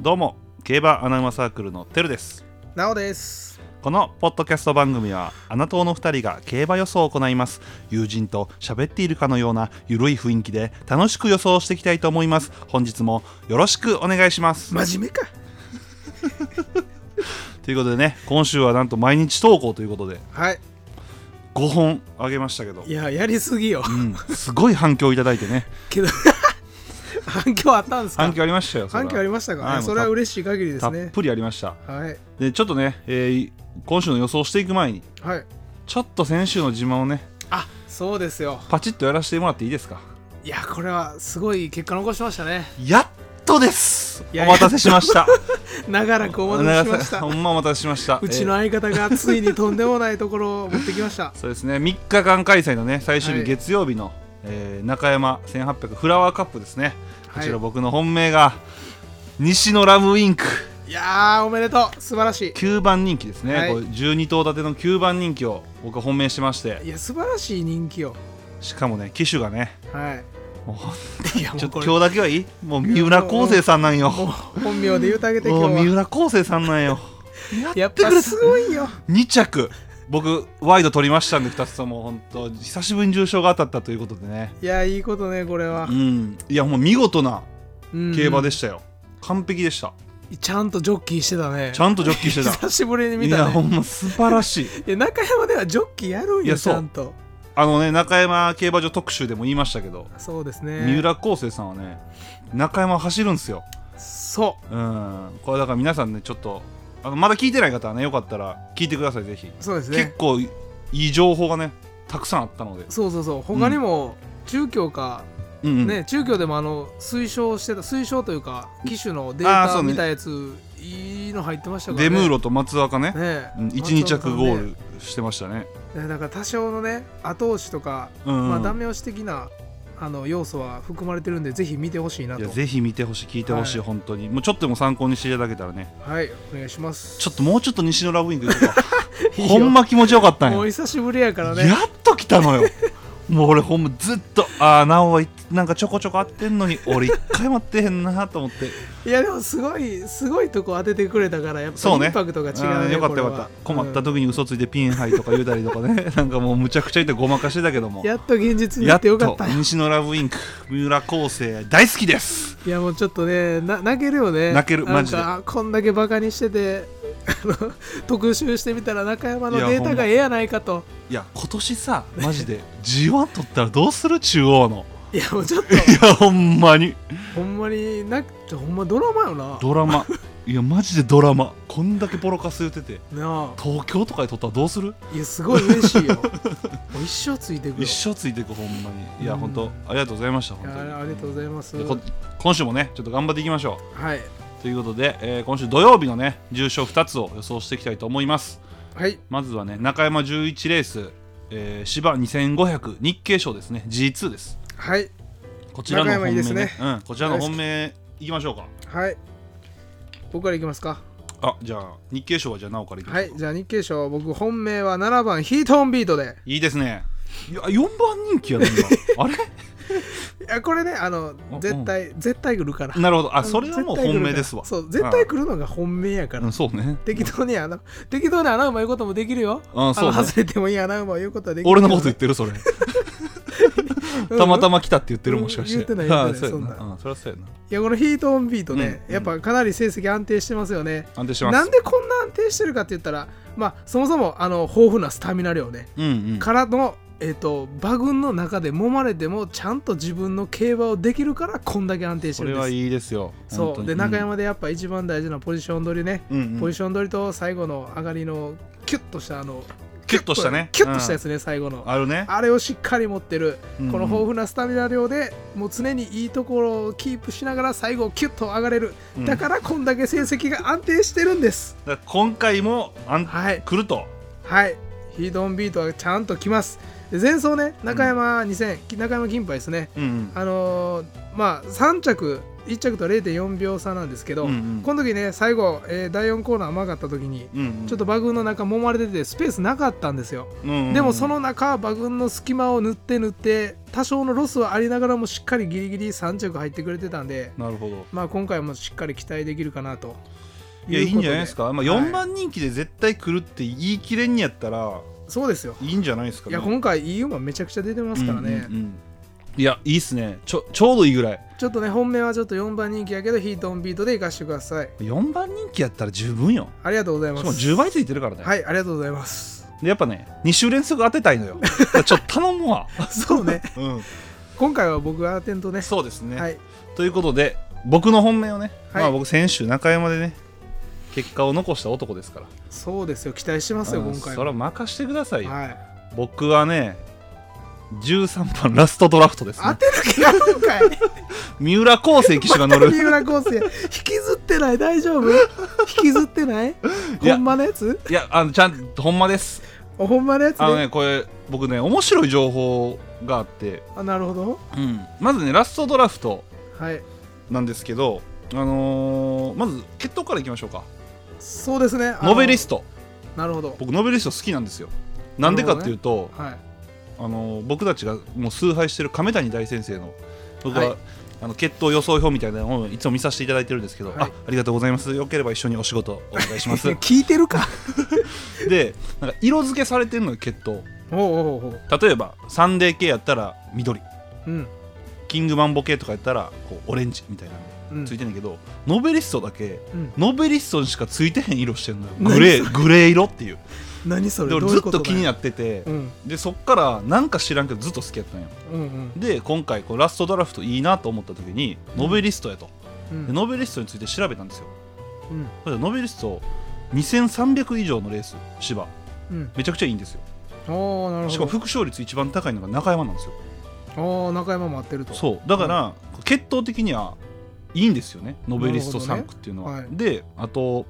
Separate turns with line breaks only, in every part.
どうも競馬アナウマサークルのてるです
なおです。
このポッドキャスト番組はアナ党の2人が競馬予想を行います友人と喋っているかのようなゆるい雰囲気で楽しく予想していきたいと思います本日もよろしくお願いします
真面目か。
ということでね今週はなんと毎日投稿ということで
はい。
5本あげましたけど
い、や、やりすぎよ。
うん、すごい反響いただいてね
けど、 反響あったんですか
反響ありましたよそれは
反響ありましたか、
はい
それは嬉しい限りで
た
す
っ
ね。
ぷりありました
はい。
でちょっとね、えー今週の予想していく前に
はい。
ちょっと先週の自慢をね
あそうですよ。
パチッとやらせてもらっていいですか
いや、これはすごい結果残しましたね。
やっとです
いや
お待たせしました
長ら くお待たせしました
ほ。んまお待たせしました
うちの
え
相方がついにとんでもないところを持ってきました
ー。そうですね3日間開催のね最終
は
日
い
月曜日の、えー中山1800フラワーカップですねこ
はい、
ちら僕の本命が西野ラムウィンク
いやー、おめでとう。素晴らし
9番人気ですね、
はい
これ12頭立ての9番人気を僕は本命してまして
い。いや、素晴らしい人気よ。
しかもね機種がね
は
もう
い。いや、
ち
も
ょっと
うこれ、
今日
も
だけはいいもう三浦康生さんなんよ
う本名で言うてあげて、今
もう
日
三
は。
浦康生さんなんよ
やっぱすごいよ。
2着僕ワイド取りましたんで2つとも本当久しぶりに重賞が当たったということでね
いや、いいことね、これは
う。んいやもう見事な
うん
競馬でしたよ、完璧でした
ちゃんとジョッキーしてたね。
ちゃんとジョッキーしてた
久しぶりに見
いや
た
ほ
ね。
んま素晴らしい
いや中山ではジョッキーやるん
いや
よ、
そ
ち
う
ゃんと。
あのね中山競馬場特集でも言いましたけど、
そうですね。
三浦康生さんはね中山を走るんですよ
そ
うんこれだから皆さんねちょっとあのまだ聞いてない方はねよかったら聞いてくださいぜひ、
う。そうです
結
ね。
構いい情報がねたくさんあったので、
そうそうそう。他にも、中京か、
うんうん
ね、中京でもあの推奨してた、推奨というか、機種のデ
あー
ー
そう
タ
ね
見たやつ、いいの入ってましたから
デ
ね。
ムーロと松若ね
ね。
うん、12着ゴ
ル
ールしてましたね。。
ねだから多少のね、後押しとか、
うん
まあ、ダメ押し的な。あの要素は含まれてるんでぜひ見てほしいない
や
と
ぜひ見てほしい、聞いてほしい、
は
本当に。もうちょっとでも参考にしていただけた らね、
はいお願いします
ちょっともうちょっと西のラブウィング行こうか
いい
ほ
よ
んま気持ちよかったん
もう
よ。
久しぶりやからね
やっと来たのよ。もう俺、ほんまずっと、ああ、なおはいなんかちょこちょこ会ってんの に、俺、一回待ってへんなと思って、
いやでもすごいすごいとこ当ててくれたからやっぱ
そう
イ
ね。
ンパクトが違う
あ
ね
ーよかっ
こ
た
れ
よ
は
かった。困った
うん
時に嘘ついてピンハイとか言うたりとかね、 なんかもうむちゃくちゃ言ってごまかしてたけども。
やっと現実に
や
な
っ
ってよか
と
った
西のラブウィンク、三浦康生、大好きです
いやもうちょっとねな泣けるよね
泣ける
なんか
マジで
あこんだけバカにしてて あの特集してみたら中山の
いや
データがええやないかと
いや今年さマジで G1 取ったらどうする中央の
いやもうちょっと
いやほんまに
ほんまになほんまドラマよな
ドラマいやマジでドラマこんだけボロカス言ってて
なあ
東京とかで取ったらどうする
いやすごい嬉し いよもう一生ついてくる
一生ついていくほんまにいや
うん
ほんとありがとうございましたほん
い
とに
やありがとうございます
でこ今週もねちょっと頑張っていきましょ
はい、
うということで、えー今週土曜日のね重賞2つを予想していきたいと思います
はい、
まずはね中山11レース、えー芝2500日経賞ですね G2 です
はい、
こちらの
中山
本
いい
命
ですね
ねうん、こちらの本命いきましょうか
はい。僕からいきますか。
あじゃあ日経賞はじゃあなおからいきましょう
は
か
い、じゃあ日経賞、僕本命は7番ヒートオンビートで。
いいですね。いや4番人気やね 今あれ
いや、これね、あの
う、ん
絶対、絶対来るから。
なるほど。
あ
あ、
の
それはもう
絶対来る
本
から
命ですわ。
そう、絶対来るのが本命やか
う
ら
ん、。そうね。
適当に穴、適当に穴うまいこともできるよ。
うん、
あ
そう
の、
ね。
外れてもいい穴うまいことはできる。
俺のこと言
っ
ってる、それ。 たまたま来たって言ってる、
うん
もしかして。
言ってない言っ
あ
てない
そうや
そん
な。うん、それはそうやな。
いや、このヒートオンビートね、
うん
やっぱかなり成績安定してますよね。
安定します。
なんでこんな安定してるかって言ったら、まあ、そもそもあの豊富なスタミナ量ね。
うんうん。
からの、えっと馬群の中で揉まれてもちゃんと自分の競馬をできるからこんだけ安定して
それ
るんです
はいいですよ。本
そ
当
う
に
で中。山でやっぱ一番大事なポジション取りね、
うんうんう
ポ
ん
ジ。ション取りと最後の上がりのキュッとしたあの
キュッとしたね。
キュッとしたや
つ。
つね、最後のあ
あるね。
れをしっかり持ってる、
うん
この豊富なスタミナ量でもう常にいいところをキープしながら最後キュッと上がれる、
うん
だからこんだけ成績が安定してるんです
だから今回も、あん、
はい
来ると。
はい、ヒートオンビートはちゃんと来ます。で前走ね、中山2000、中山金杯ですね、
うんうん。
あのーまあ、3着1着と0.4秒差なんですけど、
うんうん
この時ね最後、えー第4コーナー曲がった時に
うんうん
ちょっと馬群の中揉まれててスペースなかったんですよ、
うんうんうん
でもその中馬群の隙間を塗って塗って多少のロスはありながらもしっかりギリギリ3着入ってくれてたんで
なるほど
まあ今回もしっかり期待できるかなと
いやいいんじゃないですか、まあ、
はい
4番人気で絶対来るって言い切れんやったら
そうですよ
いいんじゃないですか
い
ね
や今回いい馬めちゃくちゃ出てますからね、
うんうんうんいやいいっすねちょちょうどいいぐらい
ちょっとね本命はちょっと4番人気やけどヒートオンビートで行かしてください
4番人気やったら十分よ
ありがとうございま
し
す
かも10倍ついてるからね、
はいありがとうございます
でやっぱね2週連続当てたいのよ だからちょっと頼むわ、
そうね
うん、
今回は僕がアテントね
そうですね、
はい
ということで僕の本命をね、
はい
まあ僕先週中山でね結果を残した男ですから
そうですよ期待してますよ
うん
今
そ
回
れは
も
任してくださいよ、
はい
僕はね13番ラストドラフトです、
当
ね、
てなきゃやるんかい
三浦康生騎手が乗 る
三浦康生引きずってない大丈夫引きずってない
いや
ほんまのやつ
いやあのちゃんとほんまです
おほんまのやつね
あ
あ
のねこれ僕ね面白い情報があって、
なるほど
うんまずねラストドラフト
はい
なんですけどあのーまず決闘からいきましょうか
そうですねあの
ノベリスト
なるほど
僕ノベリスト好きなんですよなんでかっていうと、
はい
あの僕たちがもう崇拝してる亀谷大先生の僕は、
はい
あの決闘予想表みたいなのをいつも見させていただいてるんですけど、
はい
あありがとうございますよければ一緒にお仕事お願いしま す
聞いてるか
でなんか色付けされてるのよ決闘
おうおうおうおう
例えばサンデー系やったら緑
うん
キングマンボ系とかやったらこうオレンジみたいなの
うん
ついてんねんけど、ノベリストだけ
うん
ノベリストにしかついてへん色してんのよグレーグレー色っていう
何それ
で
ど
俺
うい
ず
う
っ
こと
気に
っ
なってて
う、ん
でそっからなんか知らんけどずっと好きやったんよ
うんうん
で今回こうラストドラフトいいなと思った時にノベリストやと、
うん
でノベリストについて調べたんですよ
うん
そしたらノベリスト2300以上のレース芝
うん
めちゃくちゃいいんですよ
おおなる
しか
ほ
も副勝率一番高いのが中山なんですよ
どおお中山も合ってると
そうだから、決闘的にはいいんですよねノベリスト3区っていうのは、
なるほ
であと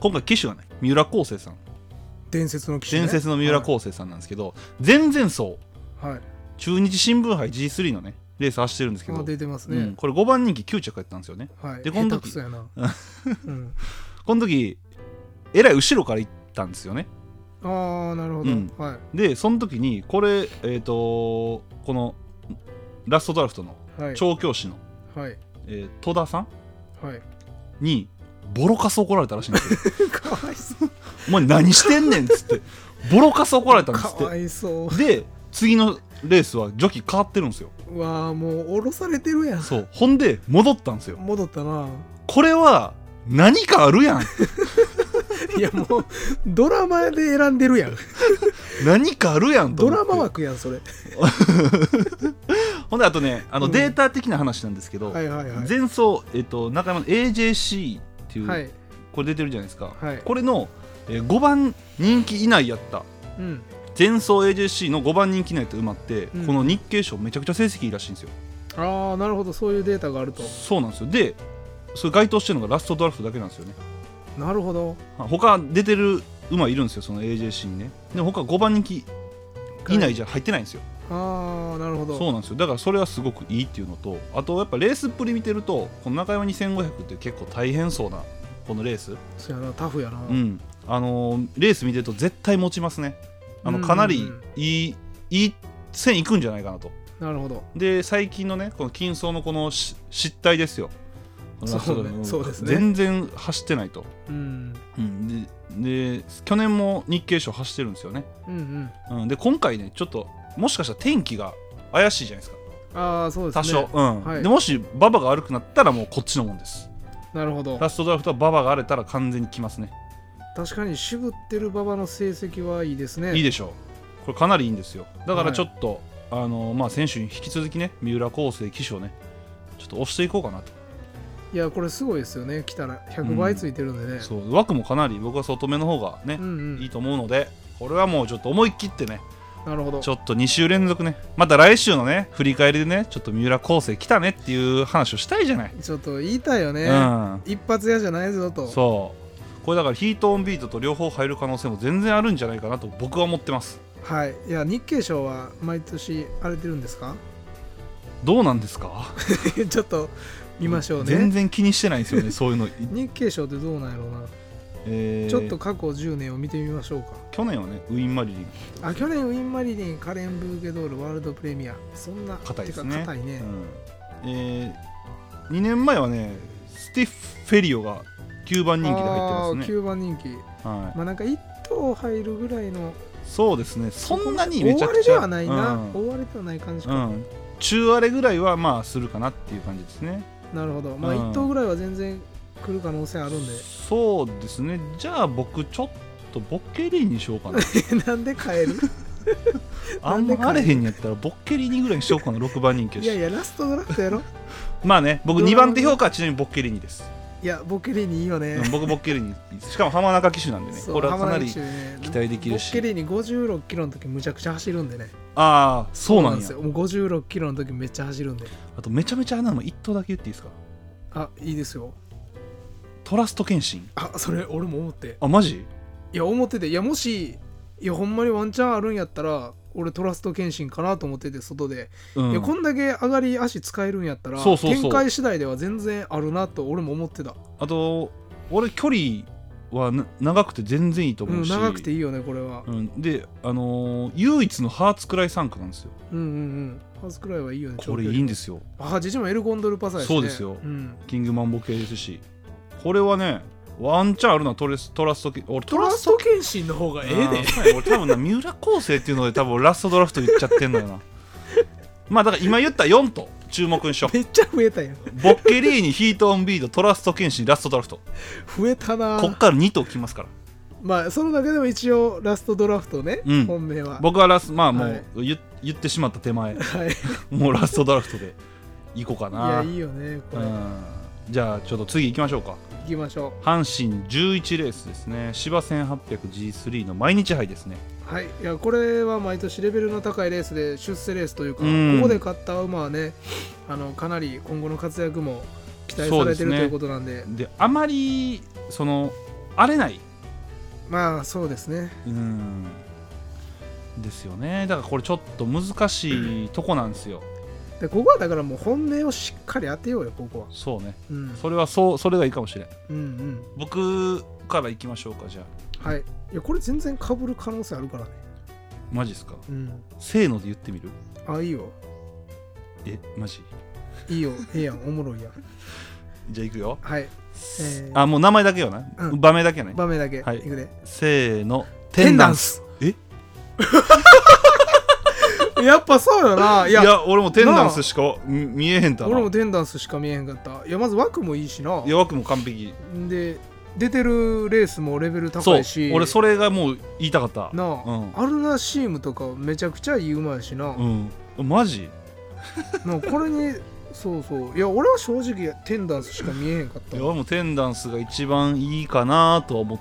今回騎手がね三浦康生さん
伝説の騎士ね
伝説の三浦康生さんなんですけど、前々走
はいはい
中日新聞杯 G3 のねレース走ってるんですけ
あ
ど、
出てます
う
ね
んこれ5番人気9着やったんですよね
はい
で
で
この
下
時
手くそ やなうん
この時えらい後ろから行ったんですよね
ああなるほど
うん
は
でその時にこれえっ、とこのラストドラフトの
いはい
調教師の、
はい
えー戸田さん
はい
にボロカス怒られたらしいんですよ
かわいそう
お前何してんねんっつってボロカス怒られたんです
かわ
っ
いそ
てで次のレースはジョッキー変わってるんですよ
ううわあもう降ろされてるやん
そうほんで戻ったんですよ
戻ったな
これは何かある やん
いやもうドラマで選んで るやん
何かあるやんと
ド
思って
ラマ枠やんそれ
ほんであとねあの
うん
データ的な話なんですけど、
はいはいはい
前走、えっと中山の AJC っていう、
はい
これ出てるじゃないですか、
はい
これの、えー5番人気以内やった
うん
前走 AJC の5番人気以内と埋まって、
うん
この日経賞めちゃくちゃ成績いいらしいんですよ
ああなるほどそういうデータがあると
そうなんですよでそれ該当してるのがラストドラフトだけなんですよね
なるほど
あ他出てる馬いるんですよその AJC にねでも他5番人気以内じゃ入ってないんですよ、
ああなるほど
そうなんですよだからそれはすごくいいっていうのとあとやっぱレースっぷり見てるとこの中山2500って結構大変そうなこのレース
そやなタフやな、
うん、あのーレース見てると絶対持ちますねあ
う
の
ん
かなりいい,、いい線いくんじゃないかなと
なるほど
で最近のねこの金層のこのし失態ですよ
そうねそうですね
全然走ってないと、
うん
うん、でで去年も日経賞走ってるんですよね、
うんうん
うん、で今回ねちょっともしかしたら天気が怪しいじゃないですか
ああそうです
多
ね
少、うん
はい
でもし馬場が悪くなったらもうこっちのもんです
なるほど
ラストドラフトは馬場が荒れたら完全に来ますね
確かに渋ってる馬場の成績はいいですね
いいでしょう。これかなりいいんですよ。だから
はい
ちょっと、あのまあ選手に引き続きね、三浦康生騎手をね、ちょっと押していこうかなと。
いやこれすごいですよね来たら100倍ついてるんでね、
そう枠もかなり僕は外目の方がね
う、んうん
いいと思うので、これはもうちょっと思い切ってね、
なるほど
ちょっと2週連続ね、また来週のね、振り返りでね、ちょっと三浦康生来たねっていう話をしたいじゃない。
ちょっと言いたいよね、一発屋じゃないぞ
う
と
ん、そう。これだからヒートオンビートと両方入る可能性も全然あるんじゃないかなと僕は思ってます。
はいいや日経賞は毎年荒れてるんですか
どうなんですか
ちょっと見ましょう
全
ね
然気にしてないんです よねそういうの、い
日経賞ってどうなんやろうな、
えー
ちょっと過去10年を見てみましょうか
去年はねウィン・マリリン、
あ去年ウィン・マリリンカレン・ブーゲドールワールドプレミアそんな
硬いですね
てか硬いね、
うんえー、2年前はねスティッフ・フェリオが9番人気で入ってますね、
9番人気
はい、
まあなんか1頭入るぐらいの
そうですねそんなにめ
大
ちゃ
荒
く
れ
ち
で
ゃ
はないな、
うん
大荒れではない感じ
う
か、
ん、中荒れぐらいはまあするかなっていう感じですね
なるほどまあ
うん
1頭ぐらいは全然来る可能性ある んで、
そうですねじゃあ僕ちょっとボッケリーにしようかな
なんで変える
あんまあれへんやったらボッケリーにぐらいにしようかな6番人気や
い
し
やいやラストドラフトやろ
まあね僕
ドラ
2
ゴン
番手評価はちなみにボッケリーニです、
いやボケリーニいいよね
うん、僕ボッケリーニですしかも浜中騎手なんでね
そう
これはかなり
浜田騎手ね
期待できるし
ボッケリーニ56キロの時むちゃくちゃ走るんでね
ああそうなんや
よもう56キロの時めっちゃ走るんで
あとめちゃめちゃあれなの1頭だけ言っていいですか
あいいですよ
トラスト謙信
あそれ俺も思って
あマジ
いや思ってていやもしいやほんまにワンチャンあるんやったら俺トラスト謙信かなと思ってて外で、
うん
いやこんだけ上がり足使えるんやったら
そうそうそう
展開次第では全然あるなと俺も思ってた、
あと俺距離はな長くて全然いいと
う
思
ん、
うし、
長くていいよねこれは
うん、で、あのー唯一のハーツクライ産区なんですよ。
うんうんうんハースくらいはいいよね
これいいん
で
ですよ。
あジジもエルゴンドルパサやし、ね、
そうですよ
ん、
キングマンボ系ですし。これはね、ワンチャンあるな、トレストラスト系。俺、
トラスト謙信の方が
ト
え
ラ
え
スト
で
あー 俺、多分な、三浦昴生っていうので、多分ラストドラフト言っちゃってんのよな。 まあ、だから今言った4と注目にしよ う。
めっちゃ増えたやん
ボッケリーニ、ヒート・オン・ビード、トラスト・ケンシン、ラストドラフト。
増えたな
こっから2ときますから。
まあその中でも一応ラストドラフトね、
うん
本命は
僕はラス、まあもう、
はい
言言ってしまった手前、
はい、い
もうラストドラフトで行こうかな。
やいいよねこ
う
れ、行
んじゃあ、ちょっと次行きましょうか。
きましょ
阪神11レースですね芝 1800G3 の毎日杯ですね
うはいいやこれは毎年レベルの高いレースで出世レースというか、
うん
ここで勝った馬はねあのかなり今後の活躍も期待
そ
さ
うで
れ
す
てる、
ね
ということなんで
であまりその荒れない
まあそうですね
うんですよねだからこれちょっと難しいとこなんですよ
でここはだからもう本命をしっかり当てようよここは、
そうね
うん、
それはそうそれがいいかもしれん
うんうん
僕からいきましょうかじゃあ
はいいやこれ全然かぶる可能性あるからね
マジっすか
うん
せーので言ってみる
あいいよ
えマジ
いいよええやんおもろいやん
じゃあいくよ、
はい、えー
あもう名前だけよな、
うん
場面だけね
場面だけ、
はい
いくで
せーの
テンダンス
え
やっぱそうよない
い
や
や俺もテンダンスしかみ見えへんたな
俺もテンダンスしか見えへんかったいやまず枠もいいしな
弱くも完璧
で出てるレースもレベル高
そう
いし
俺それがもう言いたかった
な
う
あ、
ん
アルナシームとかめちゃくちゃいい馬やしな,、
うんマジ
なあこれにそうそういや俺は正直テンダンスしか見えへんかっ
い
た
や俺もテンダンスが一番いいかなとは思っ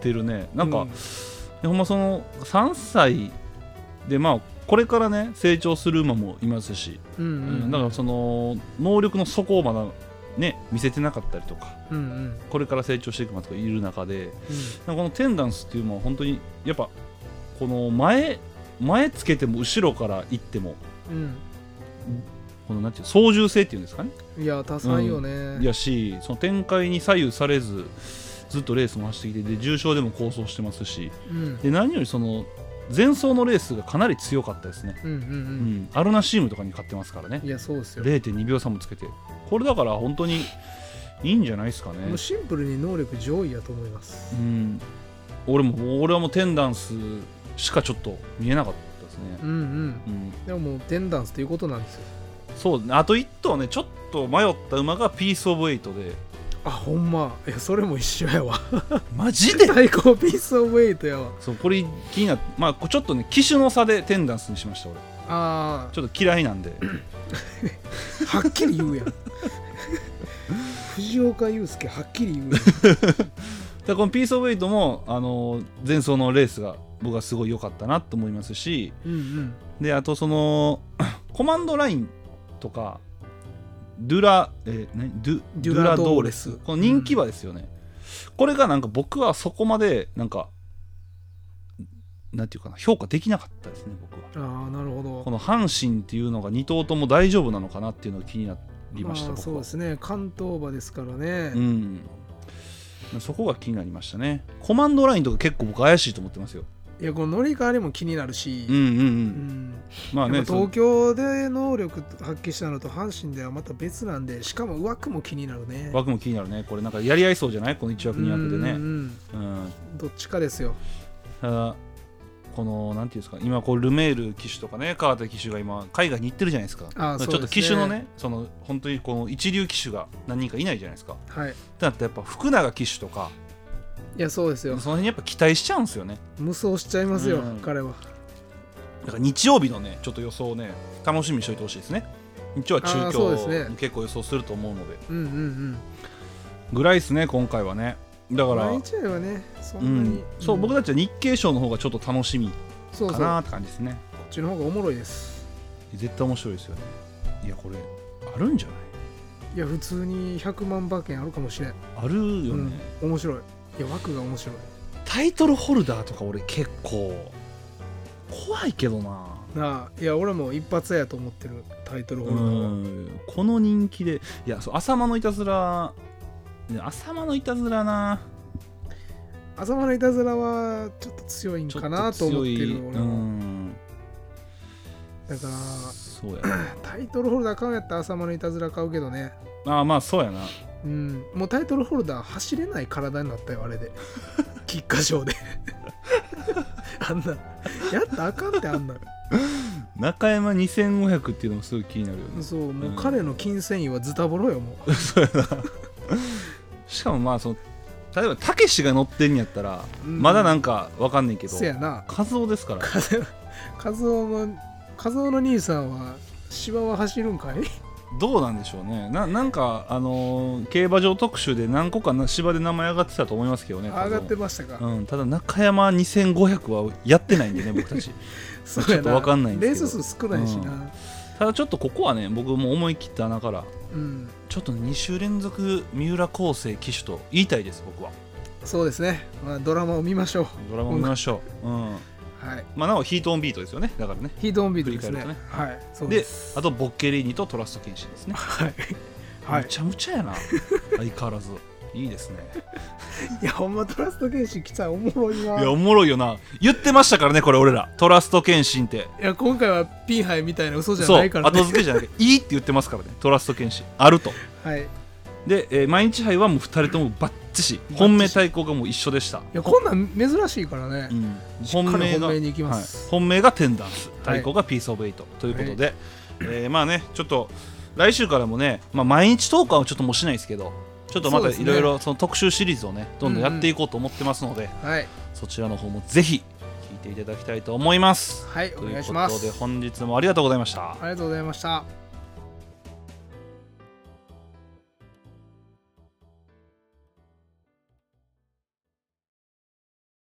てるねなんか、
う
ほんまその3歳でまあこれからね成長する馬もいますし、
うんう
うん
んうん
だからその能力の底をまだね見せてなかったりとか
うんうんうん
これから成長していく馬とかいる中でなんかこのテンダンスっていうのは本当にやっぱこの前前つけても後ろから行ってもこのなんていう操縦性っていうんですかね
うんいや多彩よね、
やしその展開に左右されずずっとレースも走ってきてで重賞でも構想してますし
うん
で何よりその前走のレースがかなり強かったですね、
うんうんう
うん
ん
アルナシームとかに勝ってますからね
いやそうですよ
0.2秒差もつけてこれだから本当にいいんじゃないですかね
もう、シンプルに能力上位やと思います
うん、俺ももう俺はもうテンダンスしかちょっと見えなかったですね、
うんうん
うん、
でももうテンダンスということなんですよ
そうねあと1頭ねちょっと迷った馬がピース・オブ・エイトで
あほんまいやそれも一緒やわ
マジ
最高ピースオブエイトやわ
そうこれ気になってまあこうちょっとね機種の差でテンダンスにしました俺
あ
ちょっと嫌い なんで
ーはっきり言うや ん藤岡祐介はっきり言うやん
でこのピースオブエイトもあのー前走のレースが僕はすごい良かったなと思いますし
うんうん
であとその コマンドラインとかドゥラ、えー、何ドゥ
デュラドーレ
ド
ス
ゥラドこの人気馬ですよね、これがなんか僕はそこまでなんかなんていうかな評価できなかったですね僕は
ああなるほ
こ
ど
の阪神っていうのが2頭とも大丈夫なのかなっていうのが気になりました、
あ、
僕
そう
は
ですね関東馬ですからね、
うんそこが気になりましたねコマンドラインとか結構僕怪しいと思ってますよ
いやこの乗り換わりも気になるし、
うんうんう
うんん
まあ
や
ね
っぱ東京で能力発揮したのと阪神ではまた別なんでしかも枠も気になるね
その枠も気になるねこれなんかやり合いそうじゃないこの1枠2枠で
うん
ね
うん
うん
どっちかですよ
ただこのなんていうんですか今こうルメール騎手とかね川田騎手が今海外に行ってるじゃないですか
あーそ
ち
うですね
ょっと騎手のねその本当にこの一流騎手が何人かいないじゃないですかって
はい
なったらやっぱ福永騎手とか
いやそうです
その
よ
辺やっぱ期待しちゃうんですよね
無双しちゃいます
う
よ、
ん
彼は
だから日曜日のねちょっと予想をね楽しみにしておいてほしいですね日曜は
あ
中
ー
京
そうですね
結構予想すると思うので
うんうんうん
ぐらいですね今回はねだから、
毎日はねそ
うん
なに、
ん、そう僕
だ
たちは日経賞の方がちょっと楽しみか
そうそう
な
こ
って感じですね
っちの方がおもろいです
絶対面白いですよねいやこれあるんじゃない
いや普通に100万馬券あるかもしれん、
あるよね、
うん、面白いいや枠が面白い
タイトルホルダーとか俺結構怖いけどな
なあいや俺も一発やと思ってるタイトル
う
ホルダーは
んこの人気でいやそう「浅間のいたずら」ね「浅間のいたずらな」
浅間のいたずらはちょっと強いん
ちょっ
かなと思
強
って
い
る俺
う
も
ん
だから
そうやな
タイトルホルダー買うんやったら浅間のいたずら買うけどね
あーまあそうやな
うんもうタイトルホルダー走れない体になったよあれ で菊花賞で あんなやったらあかんってあんな
中山2500っていうのもすごい気になるよね
そうもう彼の金銭位はズタボロよもう
しかもまあその例えばたけしが乗ってんやったら、
うん
まだなんかわかんねんけど
せやな
和夫ですから
風風尾の風尾の兄さんは芝は走るんかい
どうなんでしょうねななんか、あのー競馬場特集で何個かな芝で名前上がってたと思いますけどね
上がって
ま
ましたか、
うん、ただ中山2500はやってないんでね僕た ち
そう
ちょっとわかんないんですけど
レース数少ないしな、
ただちょっとここはね僕もう思い切った穴から
うん
ちょっと2週連続三浦康生騎手と言いたいです僕は
そうですね、まあ、ドラマを見ましょう
ドラマ見ましょう、うん、
はい
まあなおヒートオンビートですよねだからね
ヒートオンビートですね
振り
はいそう
で
です
あとボッケリーニとトラスト検診ですね
はい、は
む
い、
ちゃむちゃやな 相変わらずいいですね
いやほんまトラスト剣士来たらおもろいない
やおもろいよな言ってましたからねこれ俺らトラスト検診って
いや今回はピンハイみたいな嘘じゃ
そ
な
う
いから
後
ね
付けじゃなくて いいって言ってますからねトラスト検診あると
はいい
で、えー毎日杯はもう2人ともバッチシ
チシ
本命対抗がもう一緒でした
やこんなん珍しいからね、
うん
しっかり本命に行き
は
ま
い
す、
本命がテンダンス対抗がピースオブエイトということで、えーまあねちょっと来週からもね、まあ、毎日投稿はちょっともうしないですけどちょっとま
そ
た
うです
い
ね
ろいろその特集シリーズをねどんどんやっていこうと思ってますので、
はい
そちらの方もぜひ聞いていただきたいと思います。
はいお
とい
願
う
いし
こ
ま
と
す
で本日もありがとうございました。
ありがとうございました